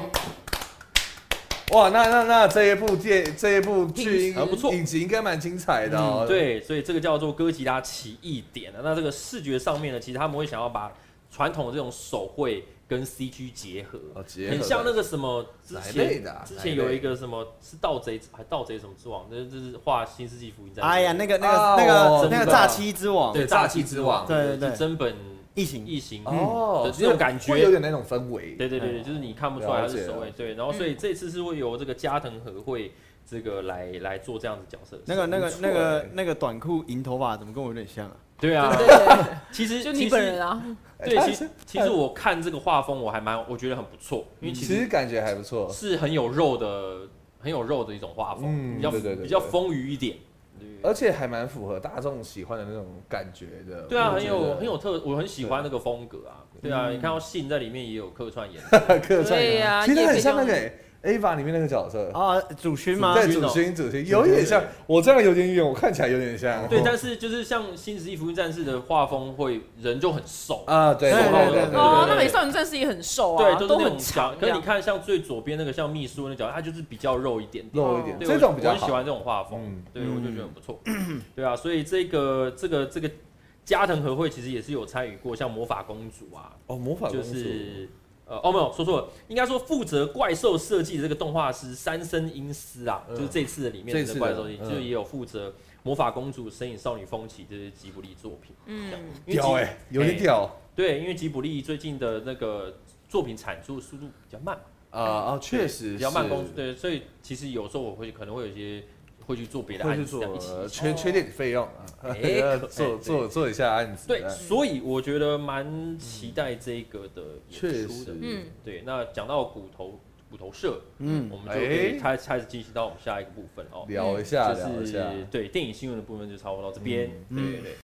[SPEAKER 3] 哇，那那那这一部电这一部
[SPEAKER 2] 影
[SPEAKER 3] 剧应
[SPEAKER 2] 集还不
[SPEAKER 1] 错嗯
[SPEAKER 3] 影集应该蛮精彩的哦。
[SPEAKER 1] 对，所以这个叫做哥吉拉奇异点啊。那这个视觉上面呢，其实他们会想要把传统的这种手绘跟 CG 结合，
[SPEAKER 3] 哦结合
[SPEAKER 1] 很像那个什么之
[SPEAKER 3] 哪一
[SPEAKER 1] 前
[SPEAKER 3] 类的啊
[SPEAKER 1] 之
[SPEAKER 3] 哪
[SPEAKER 1] 前
[SPEAKER 3] 一类
[SPEAKER 1] 有一个什么是盗贼还盗贼什么之王，那就是画新世纪福音战士。
[SPEAKER 4] 哎呀，那个那
[SPEAKER 3] 啊
[SPEAKER 4] 个那
[SPEAKER 3] 我
[SPEAKER 4] 个
[SPEAKER 3] 知
[SPEAKER 4] 那
[SPEAKER 3] 道
[SPEAKER 4] 个诈欺之王，
[SPEAKER 1] 对
[SPEAKER 3] 诈欺之王
[SPEAKER 4] 对对
[SPEAKER 1] 是
[SPEAKER 4] 对
[SPEAKER 1] 真本
[SPEAKER 4] 异形，
[SPEAKER 1] 异形
[SPEAKER 3] 哦，
[SPEAKER 1] 的嗯这种感
[SPEAKER 3] 会有
[SPEAKER 1] 觉。
[SPEAKER 3] 点那种氛围。
[SPEAKER 1] 对对对，对就是你看不出来它
[SPEAKER 3] 了
[SPEAKER 1] 是
[SPEAKER 3] 解
[SPEAKER 1] 手绘，对，然后所以这次是会由这个加藤和会这个来来做这样子角色的设计。
[SPEAKER 4] 那个那个
[SPEAKER 3] 不错
[SPEAKER 4] 那个
[SPEAKER 3] 欸
[SPEAKER 4] 那个短裤银头发怎么跟我有点像啊？
[SPEAKER 1] 对啊，
[SPEAKER 2] 对，
[SPEAKER 1] 其 [LAUGHS] 实
[SPEAKER 2] 就
[SPEAKER 1] 其
[SPEAKER 2] 你
[SPEAKER 1] 实
[SPEAKER 2] 本人啊，
[SPEAKER 3] 哎
[SPEAKER 1] 对，
[SPEAKER 3] 它
[SPEAKER 1] 其实其实我看这个画风，我还蛮我觉得很不错，因为其
[SPEAKER 3] 嗯其
[SPEAKER 1] 实
[SPEAKER 3] 实感觉还不错。
[SPEAKER 1] 是很有肉的，很有肉的一种画风，
[SPEAKER 3] 嗯
[SPEAKER 1] 比较
[SPEAKER 3] 对对对对呃
[SPEAKER 1] 比较丰腴一点。
[SPEAKER 3] 而且还蛮符合大众喜欢的那种感觉的。
[SPEAKER 1] 对啊，
[SPEAKER 3] 我
[SPEAKER 1] 很
[SPEAKER 3] 觉
[SPEAKER 1] 有
[SPEAKER 3] 得嗯
[SPEAKER 1] 很有特，我很喜欢那个风格啊。对啊，你看到信在里面也有客串
[SPEAKER 3] [LAUGHS]
[SPEAKER 1] 演，
[SPEAKER 3] [LAUGHS] 客串
[SPEAKER 2] 对
[SPEAKER 3] 演啊
[SPEAKER 2] 呀
[SPEAKER 3] 其实
[SPEAKER 2] 叶
[SPEAKER 3] 很
[SPEAKER 2] 非
[SPEAKER 3] 像那
[SPEAKER 2] 常
[SPEAKER 3] 个欸 Ava 里面那个角色，
[SPEAKER 4] 啊，主勋吗？
[SPEAKER 3] 在
[SPEAKER 1] 勋
[SPEAKER 3] 主
[SPEAKER 1] 哦
[SPEAKER 3] 星主星有点像，我这样有点远，我看起来有点像。
[SPEAKER 1] 对，但是就是像《新世纪福音战士》的画风会人就很瘦，
[SPEAKER 3] 啊，对
[SPEAKER 4] 对
[SPEAKER 3] 对
[SPEAKER 4] 对
[SPEAKER 3] 对
[SPEAKER 4] 对
[SPEAKER 3] 对
[SPEAKER 2] 哦，
[SPEAKER 1] 对
[SPEAKER 2] 那美少女战士也很瘦
[SPEAKER 1] 对，
[SPEAKER 2] 啊，
[SPEAKER 1] 都是那
[SPEAKER 2] 很
[SPEAKER 1] 种角。
[SPEAKER 2] 长
[SPEAKER 1] 可
[SPEAKER 2] 这
[SPEAKER 1] 是你
[SPEAKER 2] 样。
[SPEAKER 1] 看像最左边那个像秘书那角，他就是比较肉一点点。
[SPEAKER 3] 露一点，
[SPEAKER 1] 对
[SPEAKER 3] 这种比较
[SPEAKER 1] 我很喜
[SPEAKER 3] 好。
[SPEAKER 1] 欢这种画风，
[SPEAKER 3] 嗯
[SPEAKER 1] 对我就觉得很不错。 [CLEARS THROAT] 对啊，所以这个这个这个加藤和惠其实也是有参与过，像魔法公主啊，
[SPEAKER 3] 哦，魔法公
[SPEAKER 1] 就
[SPEAKER 3] 主，
[SPEAKER 1] 是呃哦没有说错了，应该说负责怪兽设计的这个动画师三生英司啊，
[SPEAKER 3] 嗯
[SPEAKER 1] 就是这次的里面
[SPEAKER 3] 这
[SPEAKER 1] 的
[SPEAKER 3] 次的
[SPEAKER 1] 怪兽设计，
[SPEAKER 3] 嗯
[SPEAKER 1] 就也有负责魔法公主、神隐少女风起这些吉卜力作品。
[SPEAKER 2] 嗯，
[SPEAKER 1] 因为
[SPEAKER 3] 屌
[SPEAKER 1] 吉
[SPEAKER 3] 哎，有点屌
[SPEAKER 1] 对，因为吉卜力最近的那个作品产出速度比较慢。
[SPEAKER 3] 啊啊，确实
[SPEAKER 1] 比较慢工
[SPEAKER 3] 是，
[SPEAKER 1] 对，所以其实有时候我会可能会有一些会去做别的
[SPEAKER 3] 会
[SPEAKER 1] 案
[SPEAKER 3] 去
[SPEAKER 1] 子，这样一
[SPEAKER 3] 做
[SPEAKER 1] 起
[SPEAKER 3] 呃缺缺点费用啊，
[SPEAKER 1] 哎
[SPEAKER 3] [LAUGHS] 要
[SPEAKER 1] 可哎
[SPEAKER 3] 做
[SPEAKER 1] 对
[SPEAKER 3] 做做一下案子。
[SPEAKER 1] 对，
[SPEAKER 3] 哎
[SPEAKER 1] 所以我觉得蛮期待这个的演
[SPEAKER 3] 嗯确
[SPEAKER 1] 出的
[SPEAKER 3] 实。，
[SPEAKER 2] 嗯
[SPEAKER 1] 对，那讲到骨头骨头社，
[SPEAKER 4] 嗯，
[SPEAKER 1] 我们就可以
[SPEAKER 3] 哎
[SPEAKER 1] 开开始进行到我们下一个部分哦，
[SPEAKER 3] 聊一下聊
[SPEAKER 1] 就
[SPEAKER 3] 一
[SPEAKER 1] 是
[SPEAKER 3] 下，嗯
[SPEAKER 1] 对电影新闻的部分就差不多到这边。对对对，